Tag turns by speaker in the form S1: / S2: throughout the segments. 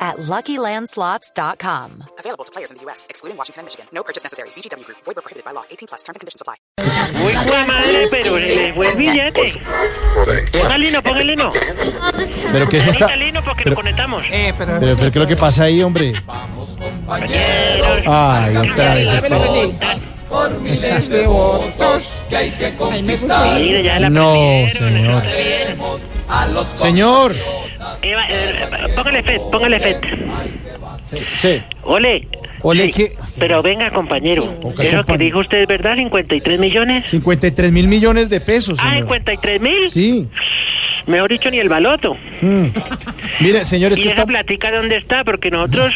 S1: at LuckyLandSlots.com.
S2: Available to players in the U.S., excluding Washington and Michigan. No purchase necessary. VGW Group. Void where prohibited by law. 18 plus. Terms and conditions apply.
S3: Uy, jue madre, pero le dejó el billete. Póngale no, póngale no.
S4: ¿Pero qué es esta?
S3: Póngale no porque nos conectamos.
S4: eh, ¿Pero, pero qué es lo que pasa ahí, hombre? eh, Ay, otra vez esto.
S3: Mire, ya la
S4: No,
S3: prendieron,
S4: señor.
S3: la prendieron.
S4: Señor.
S3: Eva, eh, póngale FED, póngale FED.
S4: Sí.
S3: Ole.
S4: Ole,
S3: Sí,
S4: ¿qué?
S3: Pero venga, compañero.
S4: Oca,
S3: ¿Es lo que
S4: compañero.
S3: dijo usted, verdad? ¿53 millones?
S4: 53 mil millones de pesos,
S3: Ah,
S4: señor.
S3: ¿53 mil?
S4: Sí.
S3: Mejor dicho, ni el baloto.
S4: Mm. Mire, señor, es
S3: ¿Y
S4: que
S3: esa
S4: está...
S3: platica dónde está? Porque nosotros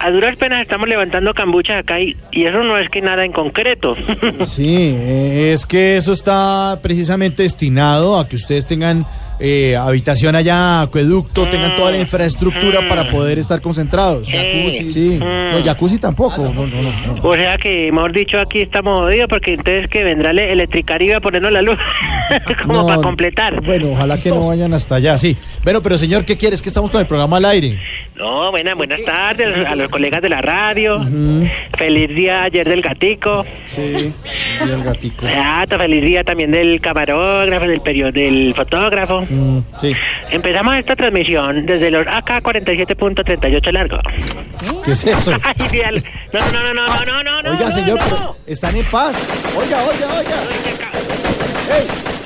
S3: a duras penas estamos levantando cambuchas acá y, y eso no es que nada en concreto.
S4: Sí, eh, es que eso está precisamente destinado a que ustedes tengan eh, habitación allá, acueducto, tengan
S3: Mm,
S4: toda la infraestructura para poder estar concentrados.
S3: Jacuzzi.
S4: Sí. No, jacuzzi tampoco. No, no, no, no.
S3: O sea que, mejor dicho, aquí estamos jodidos porque entonces que vendrá el Electricaribe a ponernos la luz como
S4: No,
S3: para completar.
S4: Bueno, ojalá que no vayan hasta allá, sí. Bueno, pero señor, ¿qué quieres? Que estamos con el programa al aire.
S3: No, buenas, buenas tardes a los colegas de la radio. Feliz día ayer del gatico.
S4: Sí, y el gatico.
S3: Exacto, feliz día también del camarógrafo, del period, del fotógrafo.
S4: Mm, sí,
S3: Empezamos esta transmisión desde los AK 47.38 largo.
S4: ¿qué es eso?
S3: Ay, dial- No, no, no, no, no, no, no.
S4: Oiga,
S3: no,
S4: señor,
S3: no.
S4: pero están en paz. Oiga, oiga, oiga. Ey,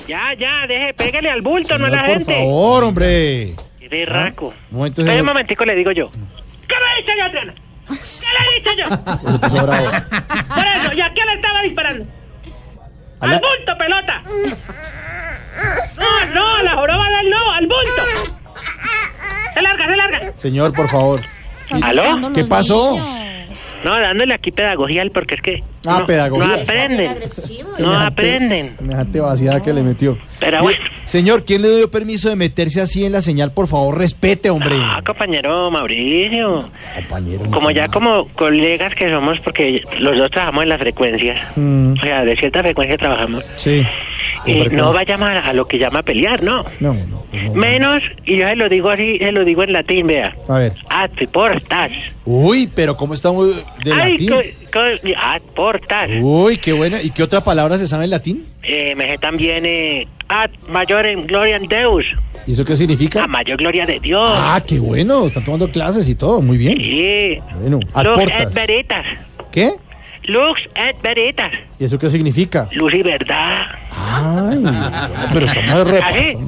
S3: Ya, ya, deje, pégale al bulto, no a la
S4: señor, por
S3: gente.
S4: favor, hombre.
S3: Qué berraco.
S4: Ah, Un momento,
S3: Espera
S4: señor.
S3: un momentico, le digo yo. ¿Qué me he dicho yo, Adriana? ¿Qué le he dicho yo?
S4: Pero tú sobra-
S3: Por eso, ¿y a quién le estaba disparando?
S4: Ala-
S3: ¡Al bulto, pelota! ¡No, no, la joroba del no! ¡Al bulto! ¡Se larga, se larga!
S4: Señor, por favor.
S3: ¿Aló?
S4: ¿Qué pasó?
S3: No, dándole aquí pedagogía al porque es que...
S4: Ah,
S3: no,
S4: pedagogía.
S3: No aprenden, no
S4: Semejante-
S3: aprenden.
S4: Semejante vaciada que le metió.
S3: Pero bueno...
S4: Señor, ¿quién le dio permiso de meterse así en la señal? Por favor, respete, hombre.
S3: Ah, compañero Mauricio.
S4: Compañero.
S3: Como ya como colegas que somos, porque los dos trabajamos en las frecuencias.
S4: Mm.
S3: O sea, de cierta frecuencia trabajamos.
S4: Sí.
S3: Eh, no vayamos a, a lo que llama pelear, no.
S4: No, no, no.
S3: Menos, y yo se lo digo así, se lo digo en latín, vea.
S4: A ver.
S3: Ad portas.
S4: Uy, pero ¿cómo estamos de
S3: Ay,
S4: latín? Uh.
S3: co, co- ad portas.
S4: Uy, qué buena. ¿Y qué otra palabra se sabe en latín?
S3: Eh, me sé también eh, ad majorem gloriam Deus.
S4: ¿Y eso qué
S3: A
S4: significa?
S3: mayor gloria de Dios.
S4: Ah, qué bueno. Están tomando clases y todo. Muy bien.
S3: Sí.
S4: Bueno, ad
S3: Lux et
S4: portas.
S3: veritas.
S4: ¿Qué?
S3: Lux et veritas.
S4: ¿Y eso qué significa?
S3: Luz y verdad.
S4: Ay, bueno, pero estamos de
S3: Así,
S4: repaso.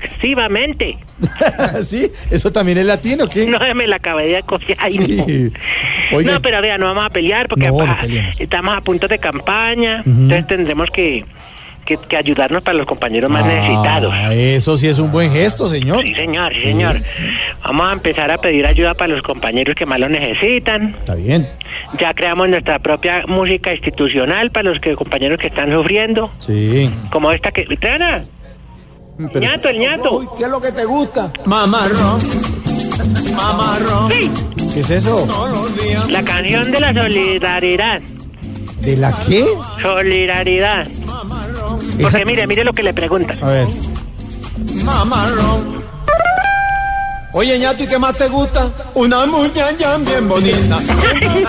S3: sucesivamente.
S4: ¿Sí? ¿Eso también es latín o qué?
S3: No me la acabé de coger. Ay, no.
S4: Sí. Oiga,
S3: No, pero vea, no vamos a pelear porque
S4: No, no
S3: ah,
S4: peleemos.
S3: estamos a punto de campaña.
S4: Ujú.
S3: Entonces tendremos que, que, que ayudarnos para los compañeros más
S4: ah,
S3: necesitados.
S4: Eso sí es un buen gesto, señor.
S3: Sí, señor, sí, señor. Vamos a empezar a pedir ayuda para los compañeros que más lo necesitan.
S4: Está bien.
S3: Ya creamos nuestra propia música institucional para los que, compañeros que están sufriendo.
S4: Sí.
S3: Como esta que... ¡Trana!
S4: Pero-
S3: ¡Ñato, el ñato!
S5: ¿Qué es lo que te gusta?
S6: Mamarrón, mamarrón,
S3: ¡Sí!
S4: ¿Qué es eso?
S6: todos los días.
S3: La canción de la solidaridad.
S4: ¿De la qué?
S3: Solidaridad.
S4: Esa-
S3: Porque mire, mire lo que le preguntan.
S4: A ver.
S6: Mamarrón.
S5: Oye, ñato, ¿y qué más te gusta?
S6: Una muchacha bien bonita.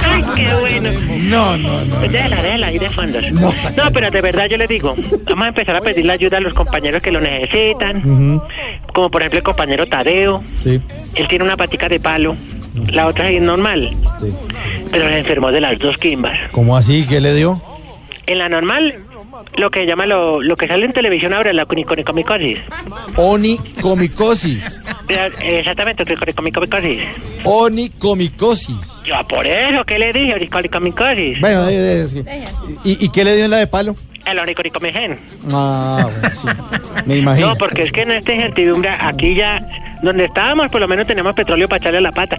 S3: Ay, qué bueno.
S4: No, no, no.
S3: Pues déjala, déjala ahí de fondo.
S4: No,
S3: No, pero de verdad yo le digo, vamos a empezar a pedirle ayuda a los compañeros que lo necesitan.
S4: Ujú,
S3: Como por ejemplo el compañero Tadeo.
S4: Sí,
S3: Él tiene una patica de palo. La otra es normal.
S4: sí.
S3: Pero se enfermó de las dos quimbas.
S4: ¿Cómo así? ¿Qué le dio?
S3: En la normal, lo que llama lo, lo que sale en televisión ahora, la cuniconicomicosis.
S4: Onicomicosis.
S3: Exactamente, cuniconicomicosis.
S4: Onicomicosis.
S3: Yo "Ah, por eso, ¿qué le dije? Cuniconicomicosis.
S4: Bueno, de- de- sí. ¿Y, y qué le dio en la de palo?
S3: El oriconicomigen.
S4: Ah, bueno, sí. Me imagino.
S3: No, porque es que en esta incertidumbre aquí ya Donde estábamos, por lo menos tenemos petróleo para echarle a la pata.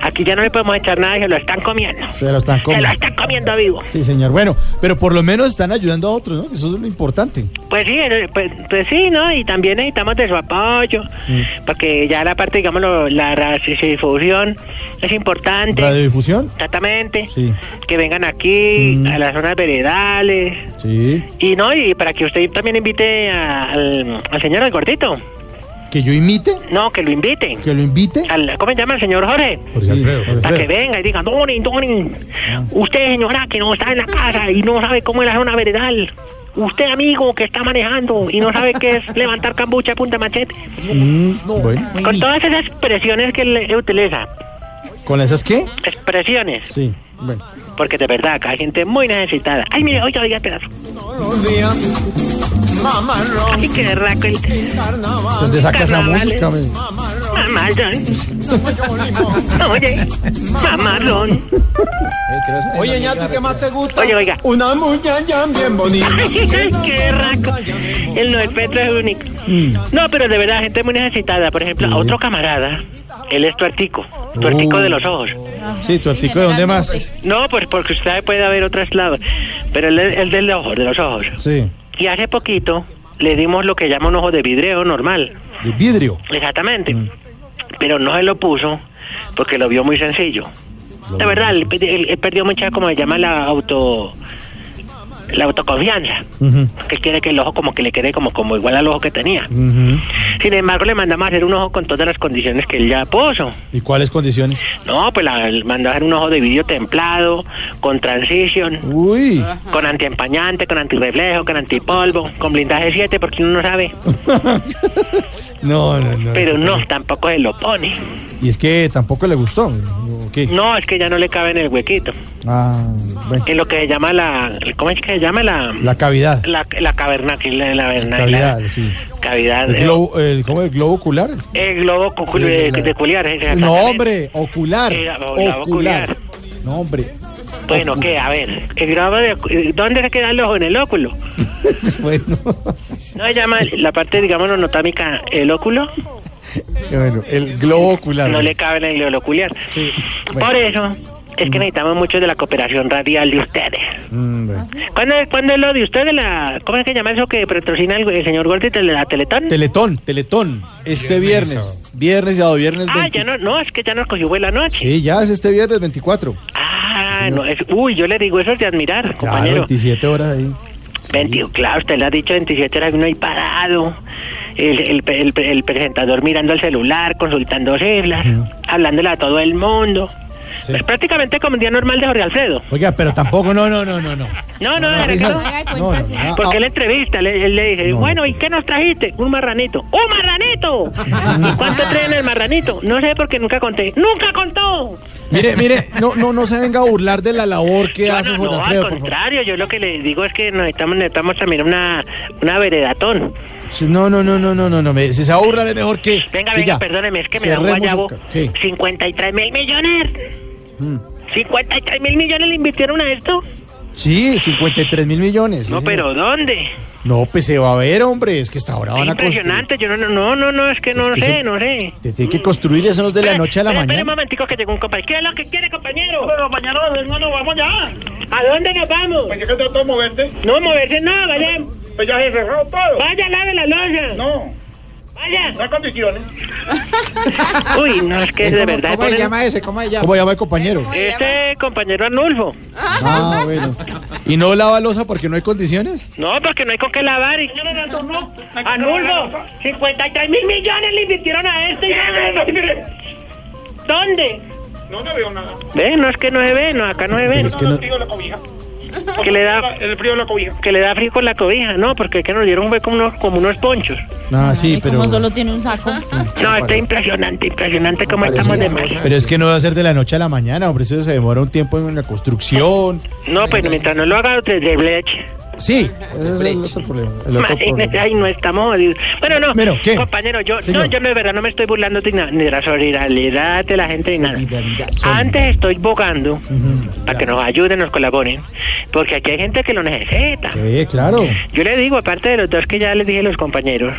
S3: Aquí ya no le podemos echar nada y se lo están comiendo.
S4: Se lo están
S3: Se
S4: comiendo.
S3: lo están comiendo vivo.
S4: Sí, señor. Bueno, pero por lo menos están ayudando a otros, ¿no? Eso es lo importante.
S3: Pues sí, eh, pues, pues sí, ¿no? Y también necesitamos de su apoyo, porque ya la parte, digamos, lo- la radiodifusión es importante.
S4: Radiodifusión.
S3: Exactamente.
S4: Sí.
S3: Que vengan aquí, a las zonas veredales.
S4: Sí.
S3: Y no, y para que usted también invite a- al, al señor el gordito.
S4: Que yo imite,
S3: No, que lo inviten.
S4: que lo invite.
S3: Al, ¿Cómo se llama el señor Jorge?
S4: Jorge Alfredo.
S3: Para que venga y diga, Donin, Donin, usted señora que no está en la casa y no sabe cómo es la zona veredal, usted amigo que está manejando y no sabe qué es levantar cambucha a punta de machete,
S4: Mm, bueno,
S3: con todas esas expresiones que le utiliza,
S4: ¿con esas qué?
S3: expresiones,
S4: Sí, bueno.
S3: porque de verdad acá hay gente muy necesitada. Ay, mire, oiga, oiga, pedazo.
S6: Todos los días. Mamarrón.
S3: Ay, qué berraco el
S6: Carnaval.
S4: ¿Dónde saca esa
S3: Carnavales.
S4: música? men?
S6: Mamarrón.
S3: mamarrón.
S6: Cholimón.
S3: Oye, mamarrón.
S5: Oye, ñato, ¿y qué más te gusta?
S3: Oye, oiga.
S6: Una muchacha bien bonita.
S3: Ay, qué raco. El no, el Petro es único. No, pero de verdad, gente muy necesitada. Por ejemplo, a otro camarada, él es tuertico, tuertico de
S4: Oh.
S3: los ojos.
S4: Sí, tu artículo, ¿de dónde más?
S3: No, pues porque usted puede haber otro lados, pero él es el del ojo, de los ojos.
S4: Sí,
S3: Y hace poquito le dimos lo que llama un ojo de vidrio normal,
S4: de vidrio.
S3: exactamente.
S4: Mm.
S3: Pero no se lo puso porque lo vio muy sencillo.
S4: Lo
S3: De
S4: vio
S3: verdad, él, él- él perdió mucha, como se llama, la auto... La autoconfianza.
S4: Ujú,
S3: que quiere que el ojo como que le quede como, como igual al ojo que tenía.
S4: ujú.
S3: Sin embargo, le mandamos a hacer un ojo con todas las condiciones que él ya puso.
S4: ¿Y cuáles condiciones?
S3: No, pues la, le mandó a hacer un ojo de vidrio templado, con transition,
S4: Uy.
S3: con antiempañante, con antirreflejo, con antipolvo, con blindaje 7, porque uno no sabe.
S4: No, no, no.
S3: Pero no, tampoco se lo pone.
S4: Y es que tampoco le gustó. ¿o qué?
S3: No, es que ya no le cabe en el huequito.
S4: Ah, bueno.
S3: En lo que se llama la... ¿Cómo es que se llama la...?
S4: La cavidad.
S3: La, la caverna, la, la, la-
S4: cavidad,
S3: la-
S4: sí.
S3: Cavidad.
S4: El
S3: eh,
S4: globo, el, ¿Cómo el globo ocular?
S3: el globo cu-
S4: Sí,
S3: de,
S4: la-
S3: de culiar, eh,
S4: No,
S3: exactamente.
S4: hombre, ocular.
S3: Sí, Eh, la- la
S4: Ocular.
S3: ocular.
S4: No, hombre.
S3: Bueno, ¿qué? A ver, el grado de, eh, ¿dónde se queda el ojo? En el óculo.
S4: Bueno.
S3: No se llama la parte, digamos, notámica, el óculo,
S4: bueno, el globo ocular.
S3: no le cabe en el ocular.
S4: bueno.
S3: Por eso es que necesitamos mucho de la cooperación radial de ustedes.
S4: Mm, bueno.
S3: ¿Cuándo, cuándo es lo de ustedes? La, ¿Cómo es que llama eso que patrocina el, el señor Gordito de la Teletón?
S4: Teletón, Teletón. Este viernes. Viernes, sábado, viernes.
S3: ah,
S4: 20.
S3: ya no, no, es que ya nos cogió buena noche.
S4: Sí, ya es este viernes 24.
S3: Ah, no, es, uy, yo le digo eso es de admirar,
S4: Claro,
S3: compañero.
S4: 27 horas ahí.
S3: 20, claro, usted le ha dicho 27 horas uno ahí parado, el, el, el- el presentador mirando el celular, consultando cifras, hablándole a todo el mundo.
S4: Sí.
S3: Pues prácticamente como un día normal de Jorge Alfredo.
S4: Oiga, pero tampoco, no, no, no, no, no.
S3: No, no,
S4: No,
S3: de Ricardo,
S4: Rizal,
S7: Haga de
S4: no,
S7: cuenta, sí.
S4: no, no.
S3: Porque él entrevista, le- él le dice,
S4: No.
S3: bueno, ¿y qué nos trajiste? Un marranito. ¡Un marranito! ¿Y cuánto traen el marranito? No sé porque nunca conté. ¡Nunca contó!
S4: Mire, mire, no, no, no se venga a burlar de la labor que
S3: Yo
S4: hace
S3: no,
S4: Jorge
S3: no,
S4: Alfredo,
S3: al
S4: por favor.
S3: contrario, yo lo que le digo es que nos estamos, necesitamos también una, una veredatón.
S4: Sí, No, no, no, no, no, no, no. me- Si se va a burlar es mejor que.
S3: Venga,
S4: que
S3: venga,
S4: ya.
S3: perdóneme, es que me da un
S4: Cerremos
S3: guayabo.
S4: el ca- sí. Mm.
S3: 53 mil millones. 53 mil millones le invirtieron a esto.
S4: Sí, 53 mil millones. sí,
S3: No,
S4: señor.
S3: pero ¿dónde?
S4: No, pues se va a ver, hombre. Es que hasta ahora
S3: Es
S4: van a construir.
S3: impresionante. Yo no, no, no, no, no, es que no
S4: Es que
S3: sé,
S4: eso-
S3: no sé.
S4: Te tiene que construir eso no es de la
S3: Espere,
S4: noche a la
S3: espere, espere un
S4: mañana.
S3: momentico que llegó un compañero. ¿Qué es lo que quiere, compañero? compañero, no nos vamos ya. ¿A dónde nos vamos?
S8: ¿Por qué te trató de moverte?
S3: No moverse, no, vaya.
S8: Pues ya se cerró todo.
S3: Vaya, lave la losa.
S8: No,
S3: Vaya.
S8: no hay condiciones.
S3: Uy, no, es que de verdad. ponen-
S5: ese? ¿Cómo se
S4: ¿Cómo llama el compañero?
S3: Este compañero Anulfo.
S4: Ah, bueno. ¿Y no lava losa porque no hay condiciones?
S3: No, porque no hay con qué lavar. Y... Anulfo, 53 mil millones le invirtieron a este. ¿Dónde?
S8: No, no veo nada.
S3: Ve, no es que no se ve, no, acá no se ve.
S4: Es que no-
S8: El frío de la cobija.
S3: Que le da,
S8: El frío de la cobija.
S3: que le da frío con la cobija, no, porque es que nos dieron fue como unos, como unos ponchos.
S4: Ah, sí,
S7: Ay,
S4: pero.
S7: Como solo tiene un saco.
S3: No, está impresionante, impresionante cómo estamos de mal.
S4: Pero es que no va a ser de la noche a la mañana, hombre. Eso se demora un tiempo en la construcción.
S3: No, pues mientras no lo haga desde Blech.
S4: Sí, ese es el otro problema. el otro
S3: Imagínese,
S4: problema.
S3: ay, no estamos. Bueno, no,
S4: Pero, ¿qué?
S3: compañero, yo, no,
S4: Señor.
S3: yo no, de verdad no me estoy burlando de na- ni de la solidaridad de la gente ni nada.
S4: Solidaridad,
S3: Antes
S4: solidaridad.
S3: estoy bogando
S4: Ujú,
S3: para
S4: ya.
S3: que nos ayuden, nos colaboren, porque aquí hay gente que lo necesita.
S4: Sí, claro.
S3: Yo le digo, aparte de los dos que ya les dije a los compañeros,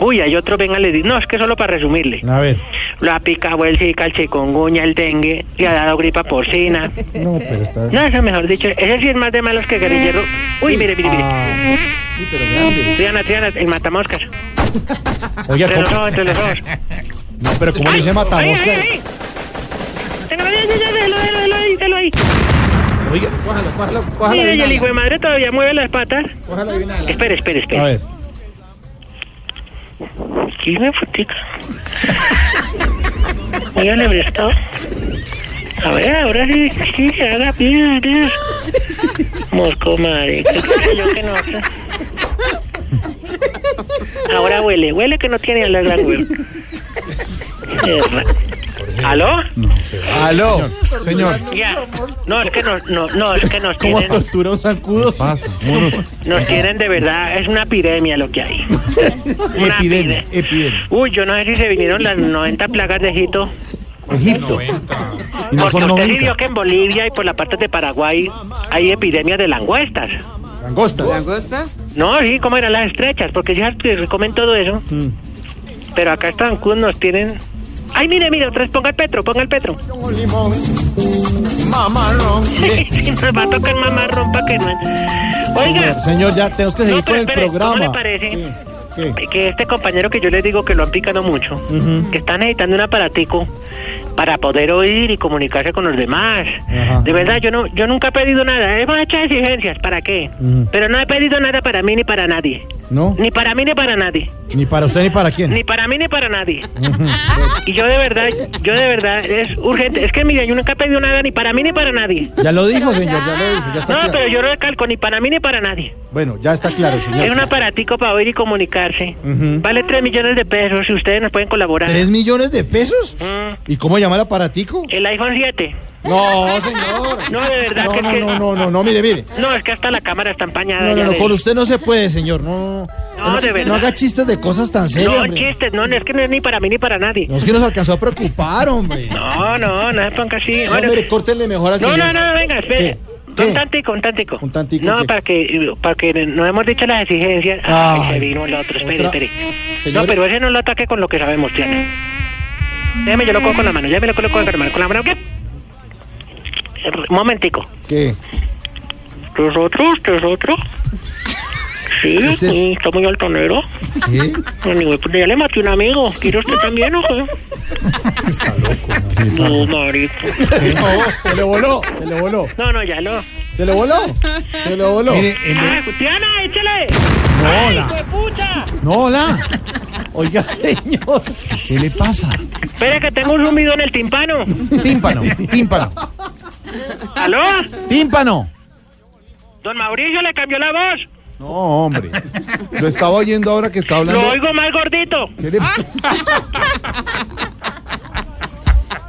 S3: uy, hay otro, venga, le digo, no, es que solo para resumirle.
S4: A ver.
S3: Lo ha picado el zika, el chikungunya, el dengue, le ha dado gripa porcina.
S4: No, pero está.
S3: No, eso mejor dicho, ese sí es más de malos que guerrillero. Uy, mire, mire, mire.
S4: Ah,
S3: Triana, Triana, el matamoscas.
S4: oiga,
S3: Entre los
S4: ¿cómo-
S3: ojos, entre los ojos.
S4: no, pero ¿cómo le dice
S3: ¡Ahí,
S4: matamos?
S3: ahí, ahí! Téngalo, ya, ya, ya, déjelo, déjalo, déjalo ahí, déjalo ahí.
S4: Oiga,
S5: Cójalo, cójalo, cójalo.
S3: Mire,
S5: de
S3: y el
S5: una ala,
S3: hijo de madre todavía mueve las patas.
S5: Cójalo de una ala.
S3: Espere, espere, espere.
S4: a ver.
S3: ¿Qué me putica? Oiga, le prestó. A ver, ahora sí, sí, se haga bien, ya. Mosco, madre. ¿Qué creo yo que no? sé? Ahora huele, huele que no tiene alas la huele. ¿Aló?
S4: Aló, señor.
S3: Ya. No, es que no, no, no, es que nos
S4: ¿Cómo
S3: tienen,
S4: tortura un zancudo? Pasa.
S3: nos tienen de verdad, es una epidemia lo que hay. Una
S4: Epidemia,
S3: epidemia.
S4: epidemia.
S3: Uy, yo no sé si se vinieron las 90 plagas de Egipto.
S4: Egipto. Y no
S3: Porque
S4: son
S3: usted sí vio
S4: 90.
S3: que en Bolivia y por la parte de Paraguay hay epidemias de langostas.
S4: Langosta.
S5: ¿Langostas?
S3: No, sí, como eran las estrechas, porque ya te comen todo eso.
S4: Mm.
S3: Pero acá en Cancún nos tienen... Ay, mire, mire, otra vez ponga el Petro, ponga el Petro.
S6: Con limón, mamarrón.
S3: Si nos va a tocar mamarrón para que no... Oiga,
S4: Señor, ya tenemos que
S3: no,
S4: seguir
S3: pero
S4: con el
S3: espere, ¿cómo le
S4: programa.
S3: parece?
S4: ¿Qué?
S3: que este compañero que yo les digo que lo han picado mucho,
S4: Ujú.
S3: que están necesitando un aparatico para poder oír y comunicarse con los demás.
S4: Ajá.
S3: De verdad, yo no, yo nunca he pedido nada. He hecho exigencias, ¿para qué?
S4: Ujú.
S3: Pero no he pedido nada para mí ni para nadie.
S4: ¿No?
S3: Ni para mí ni para nadie.
S4: Ni para usted ni para quién.
S3: Ni para mí ni para nadie. y yo de verdad, yo de verdad, es urgente. Es que mira, yo nunca he pedido nada ni para mí ni para nadie.
S4: Ya lo dijo, señor, ya lo dijo. Ya está
S3: No,
S4: claro.
S3: pero yo lo recalco, ni para mí ni para nadie.
S4: Bueno, ya está claro, señor.
S3: Es un aparatico para oír y comunicarse.
S4: Ujú.
S3: Vale 3 millones de pesos si ustedes nos pueden colaborar.
S4: ¿Tres millones de pesos?
S3: Mm.
S4: ¿Y cómo llama el aparatico?
S3: El iPhone 7.
S4: No, señor.
S3: No, de verdad
S4: No,
S3: que
S4: no,
S3: es que-
S4: no, no, no, no, mire, mire.
S3: No, es que hasta la cámara está empañada.
S4: No,
S3: ya
S4: no, no,
S3: ve.
S4: con usted no se puede, señor. No,
S3: No, de verdad.
S4: No haga chistes de cosas tan serias,
S3: No,
S4: hombre.
S3: chistes, no, no, es que no es ni para mí ni para nadie.
S4: No, es que nos alcanzó a preocupar, hombre.
S3: No, no, no se ponga así.
S4: No,
S3: Bueno,
S4: hombre, córtenle mejor al
S3: no, no,
S4: señor.
S3: no, venga, espere.
S4: ¿Qué? ¿Qué?
S3: Un tantico, un tantico.
S4: Un tantico,
S3: No,
S4: ¿qué?
S3: para que, para que no hemos dicho las exigencias. Ay,
S4: Ay,
S3: se vino el otro, espere,
S4: otra-
S3: espere.
S4: Señor-
S3: No, pero ese no lo ataque con lo que sabemos, Tiana. Déjame, yo lo cojo con la mano, ya me lo coloco con la mano. Con la mano, ¿qué? Un momentico.
S4: ¿Qué?
S3: Nosotros, nosotros. Sí,
S4: ¿Qué es eso?
S3: sí, está muy altanero.
S4: ¿Qué?
S3: Bueno, güey, pues ya le maté a un amigo. ¿Quiere usted también o qué?
S4: Está loco.
S3: No, marito.
S4: se le voló, se le voló.
S3: No, no, ya lo.
S4: Se le voló, se le voló.
S3: ¡Ah, Tiana, échale!
S4: No,
S3: ¡Ay,
S4: la-
S3: pucha!
S4: no, hola. Oiga, señor. ¿Qué le pasa?
S3: Espera que tengo un zumbido en el timpano.
S4: Tímpano, tímpano,
S3: ¿Aló?
S4: tímpano.
S3: Don Mauricio le cambió la voz.
S4: No, hombre. Lo estaba oyendo ahora que está hablando.
S3: Lo oigo más gordito.
S4: ¿Qué le-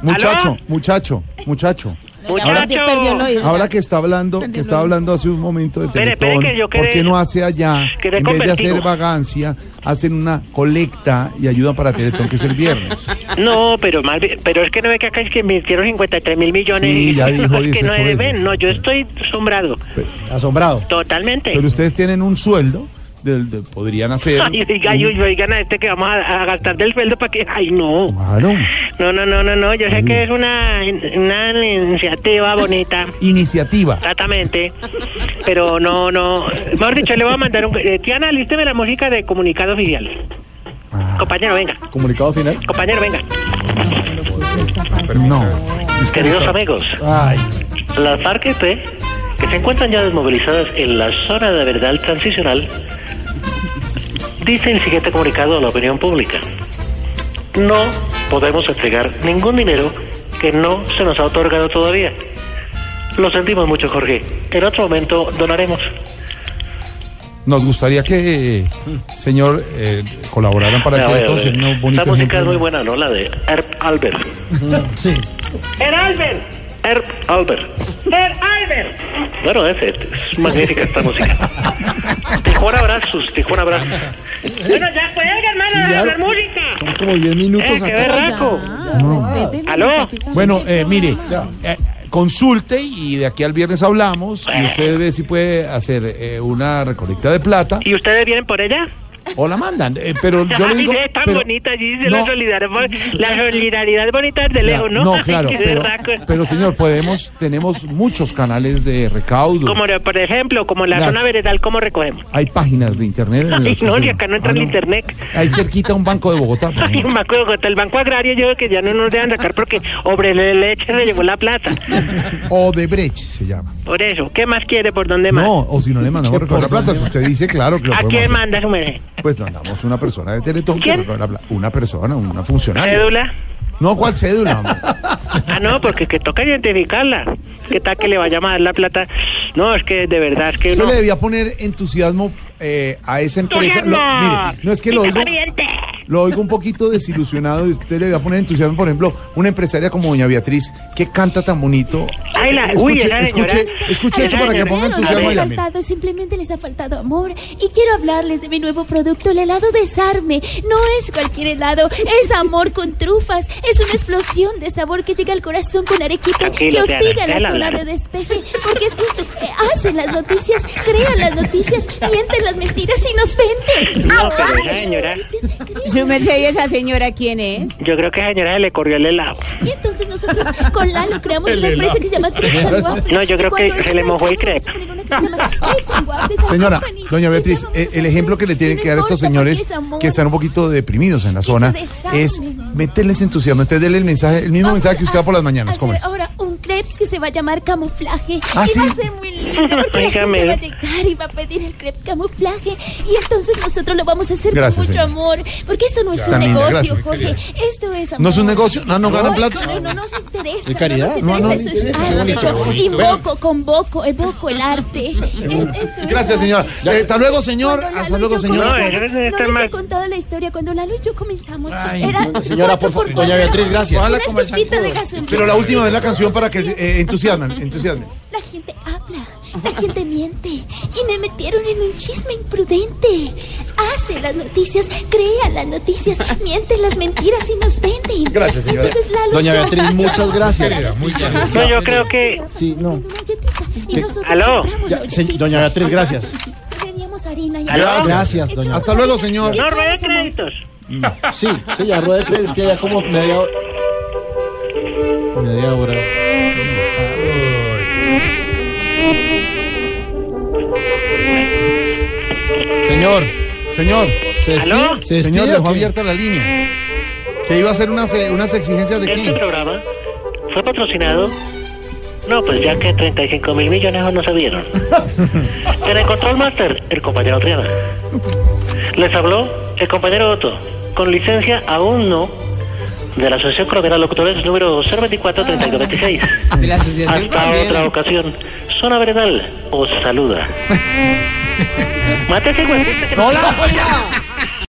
S4: muchachacho,
S3: ¿Aló?
S4: muchacho, muchacho.
S3: Muchacho.
S7: perdió el oído.
S4: Ahora que está hablando, que está hablando hace un momento de
S3: Espere, espere,
S4: Teletón,
S3: que yo
S4: ¿por
S3: quedé-
S4: qué no hace allá?
S3: quedé
S4: En
S3: con
S4: vez de
S3: vertigo.
S4: hacer vagancia, hacen una colecta y ayudan para Teletón, que es el viernes.
S3: No, pero más bien- pero es que no ve que acá es que invirtieron 53 mil millones.
S4: Sí,
S3: y
S4: ya dijo,
S3: no, es
S4: dice,
S3: que no
S4: por
S3: es-
S4: eso.
S3: ven, no, yo estoy asombrado.
S4: Asombrado.
S3: Totalmente.
S4: Pero ustedes tienen un sueldo, del- del- podrían hacer.
S3: Ay, oiga, ay, uy, oigan a este que vamos a, a gastar del sueldo para que... Ay, no.
S4: Claro.
S3: No, no, no, no, no. Yo sé
S4: Ay.
S3: que es una, una iniciativa bonita.
S4: Iniciativa.
S3: Exactamente. Pero no, no. Mejor dicho, le voy a mandar un. eh, Tiana, lísteme la música de comunicado oficial. Compañero, venga.
S4: ¿Comunicado final?
S3: Compañero, venga.
S4: No.
S3: Queridos amigos,
S4: Ay,
S3: las FARC que se encuentran ya desmovilizadas en la zona de verdad transicional, dice el siguiente comunicado a la opinión pública. No podemos entregar ningún dinero que no se nos ha otorgado todavía. Lo sentimos mucho, Jorge. En otro momento donaremos.
S9: Nos gustaría que, eh, señor, eh, colaboraran para
S3: A
S9: que
S3: ver, a
S9: todos
S3: ver.
S9: en un bonito
S3: La música es
S9: ejemplo.
S3: muy buena, ¿no? La de Herb Albert.
S4: sí.
S3: ¡Herb Albert! Herb Albert. ¡Herb Albert! Bueno, es, es magnífica esta música.
S10: sustijo, un abrazo.
S3: Bueno, ya puede, hermano,
S4: Sí,
S3: deja de
S4: ya.
S3: hacer música.
S4: Son como 10 minutos
S10: Eh, qué
S4: acá.
S10: berraco. ¿Aló?
S7: ¿Aló?
S11: Bueno, eh, mire, eh, consulte y de aquí al viernes hablamos y usted ve si puede hacer eh, una recolecta de plata
S3: ¿Y ustedes vienen por ella?
S11: o la mandan. Eh, pero yo le
S3: Ay,
S11: digo...
S3: es tan
S11: pero-
S3: bonita, allí dice
S11: No.
S3: la solidaridad, la solidaridad bonita de
S11: Ya,
S3: lejos, ¿no? Ay,
S11: claro,
S3: qué
S11: pero,
S3: berraco.
S11: pero, señor, podemos, tenemos muchos canales de recaudo.
S3: Como de- por ejemplo, como la
S11: Gracias.
S3: zona veredal, ¿cómo recogemos?
S11: Hay páginas de internet. en
S3: Ay,
S11: las
S3: no,
S11: que-
S3: y acá no entra
S11: Ah,
S3: el internet.
S11: Ahí cerquita un banco de Bogotá. por
S3: Ay,
S11: ejemplo.
S3: me acuerdo que el Banco Agrario yo creo que ya no nos dejan sacar porque Obre Leche le llevó la plata.
S11: O de Brecht se llama.
S3: Por eso, ¿qué más quiere? ¿Por dónde más?
S11: No, o si no le mandamos
S6: Que recoja la plata, si usted dice, claro que lo
S3: ¿A
S6: podemos
S3: quién
S6: hacer.
S3: manda su merced?
S6: Pues mandamos una persona de Teletón. que
S3: ¿Quién?
S6: recoja la pla- Una persona, una funcionaria.
S3: ¿Cédula?
S6: No, ¿cuál cédula? hombre?
S3: Ah, no, porque que toca identificarla. ¿Qué tal que le vaya a mandar la plata? No, es que de verdad, es que
S6: Yo
S3: no.
S6: le debía poner entusiasmo eh, a esa empresa.
S3: ¡Entusiasmo!
S6: Lo- mire, no es que lo oigo, lo oigo un poquito desilusionado. y Usted le debía poner entusiasmo, por ejemplo, una empresaria como Doña Beatriz, que canta tan bonito.
S3: Ay, la-
S6: escuche,
S3: uy, esa señora.
S6: escuche, escuche eso
S3: Esa
S6: para que
S3: señora.
S6: ponga
S3: Bueno,
S6: entusiasmo
S3: no,
S6: y la
S3: no,
S6: mire.
S7: simplemente les ha faltado amor y quiero hablarles de mi nuevo producto, el helado Desarme. No es cualquier helado, es amor con trufas, es una explosión de sabor que llega al corazón con arequipe que
S3: Tranquilo, Diana,
S7: hostiga la
S3: déjala
S7: zona
S3: hablar.
S7: de despeje, porque es que eh, hacen las noticias, crean las noticias, mienten las mentiras y nos venden.
S3: No, pero
S7: Aguante
S3: esa señora-
S7: las noticias, crean
S12: Su merced y esa señora, ¿quién es?
S3: Yo creo que a señora se le corrió el helado.
S7: Y entonces nosotros con Lalo creamos una empresa que se llama Trips and Waffles.
S3: No, yo creo
S7: Y cuando
S3: que
S7: eso
S3: se le mojó el
S7: lanzamos,
S3: crepe.
S7: vamos a poner una que se llama Trips and Waffles and
S6: Señora,
S7: Company.
S6: doña
S7: Y
S6: Beatriz,
S7: llamamos
S6: eh,
S7: a
S6: el ejemplo que le tienen
S7: no
S6: que dar a estos
S7: importa, porque
S6: señores
S7: es amor.
S6: que están un poquito deprimidos en la zona
S7: se
S6: es
S7: desarmen.
S6: meterles entusiasmo. Usted déle el mensaje, el mismo
S7: Vamos
S6: mensaje que usted da por las
S7: a
S6: mañanas.
S7: hacer
S6: ¿cómo es?
S7: ahora un crepes que se va a llamar camuflaje.
S6: ¿Ah,
S7: y va
S6: sí?
S7: a ser muy lindo porque la
S3: Dígame.
S7: gente va a llegar y va a pedir el crepes camuflaje. Y entonces nosotros lo vamos a hacer con
S6: Gracias,
S7: mucho
S6: señora.
S7: amor. Porque esto no es un
S6: Camila,
S7: negocio,
S6: gracias,
S7: Jorge. Esto es amor.
S6: ¿No es un negocio? ¿No, no ganan
S7: Ay,
S6: plata?
S7: No, no nos interesa.
S4: ¿De caridad?
S7: No,
S6: No,
S7: nos
S6: no,
S7: interesa,
S6: no
S7: eso
S6: interesa,
S7: es
S6: qué
S7: arte. Invoco, convoco, evoco el arte. Es- esto es
S6: Gracias,
S7: arte.
S6: señora. Eh, hasta luego, señor.
S7: Cuando
S6: Hasta
S7: Lalo y
S6: luego,
S7: yo
S6: señora.
S7: comenzamos-
S3: No, eso está
S7: No les
S3: mal.
S7: he contado la historia. Cuando Lalo y yo comenzamos, era
S4: Señora, por favor, doña Beatriz, gracias.
S7: Una estupita de gasolina.
S6: Pero la última de la canción para que eh, entusiasmen, entusiasmen.
S7: La gente habla, la gente miente y me metieron en un chisme imprudente. Hace las noticias, crea las noticias, miente las mentiras y nos venden.
S6: Gracias, señora.
S7: Entonces, Lalo,
S4: Doña
S7: yo-
S4: Beatriz, muchas gracias.
S6: Pues
S3: No, yo creo que.
S4: Sí, no.
S7: Y nosotros
S3: ¿Aló?
S7: compramos
S4: Ya,
S7: la
S4: se-
S7: galletita.
S4: doña Beatriz, gracias.
S7: Teníamos harina y
S3: ¿Aló?
S7: arroz.
S4: Gracias, doña.
S7: Echamos
S6: Hasta luego,
S7: harina,
S6: señor.
S3: No,
S7: echamos
S3: rueda
S7: amor.
S3: créditos.
S4: Sí, sí, ya rueda de crees que ya como media hora. Media hora.
S6: Señor, señor,
S4: ¿Se despide?
S3: ¿Aló?
S4: ¿Se despide
S6: señor,
S4: o
S6: dejó
S4: qué?
S6: abierta la línea. Que iba a hacer unas, eh, unas exigencias de
S3: Este
S6: quién.
S3: programa fue patrocinado. No, pues ya que 35 mil millones no se vieron. En el Control Master, el compañero Triana. Les habló el compañero Otto, con licencia aún no, de la Asociación Colombiana de Locutores número 024-3226.
S13: De la asociación
S3: Hasta otra ocasión. Zona Veredal os saluda. Mátese, güey.
S6: ¡Hola! oiga!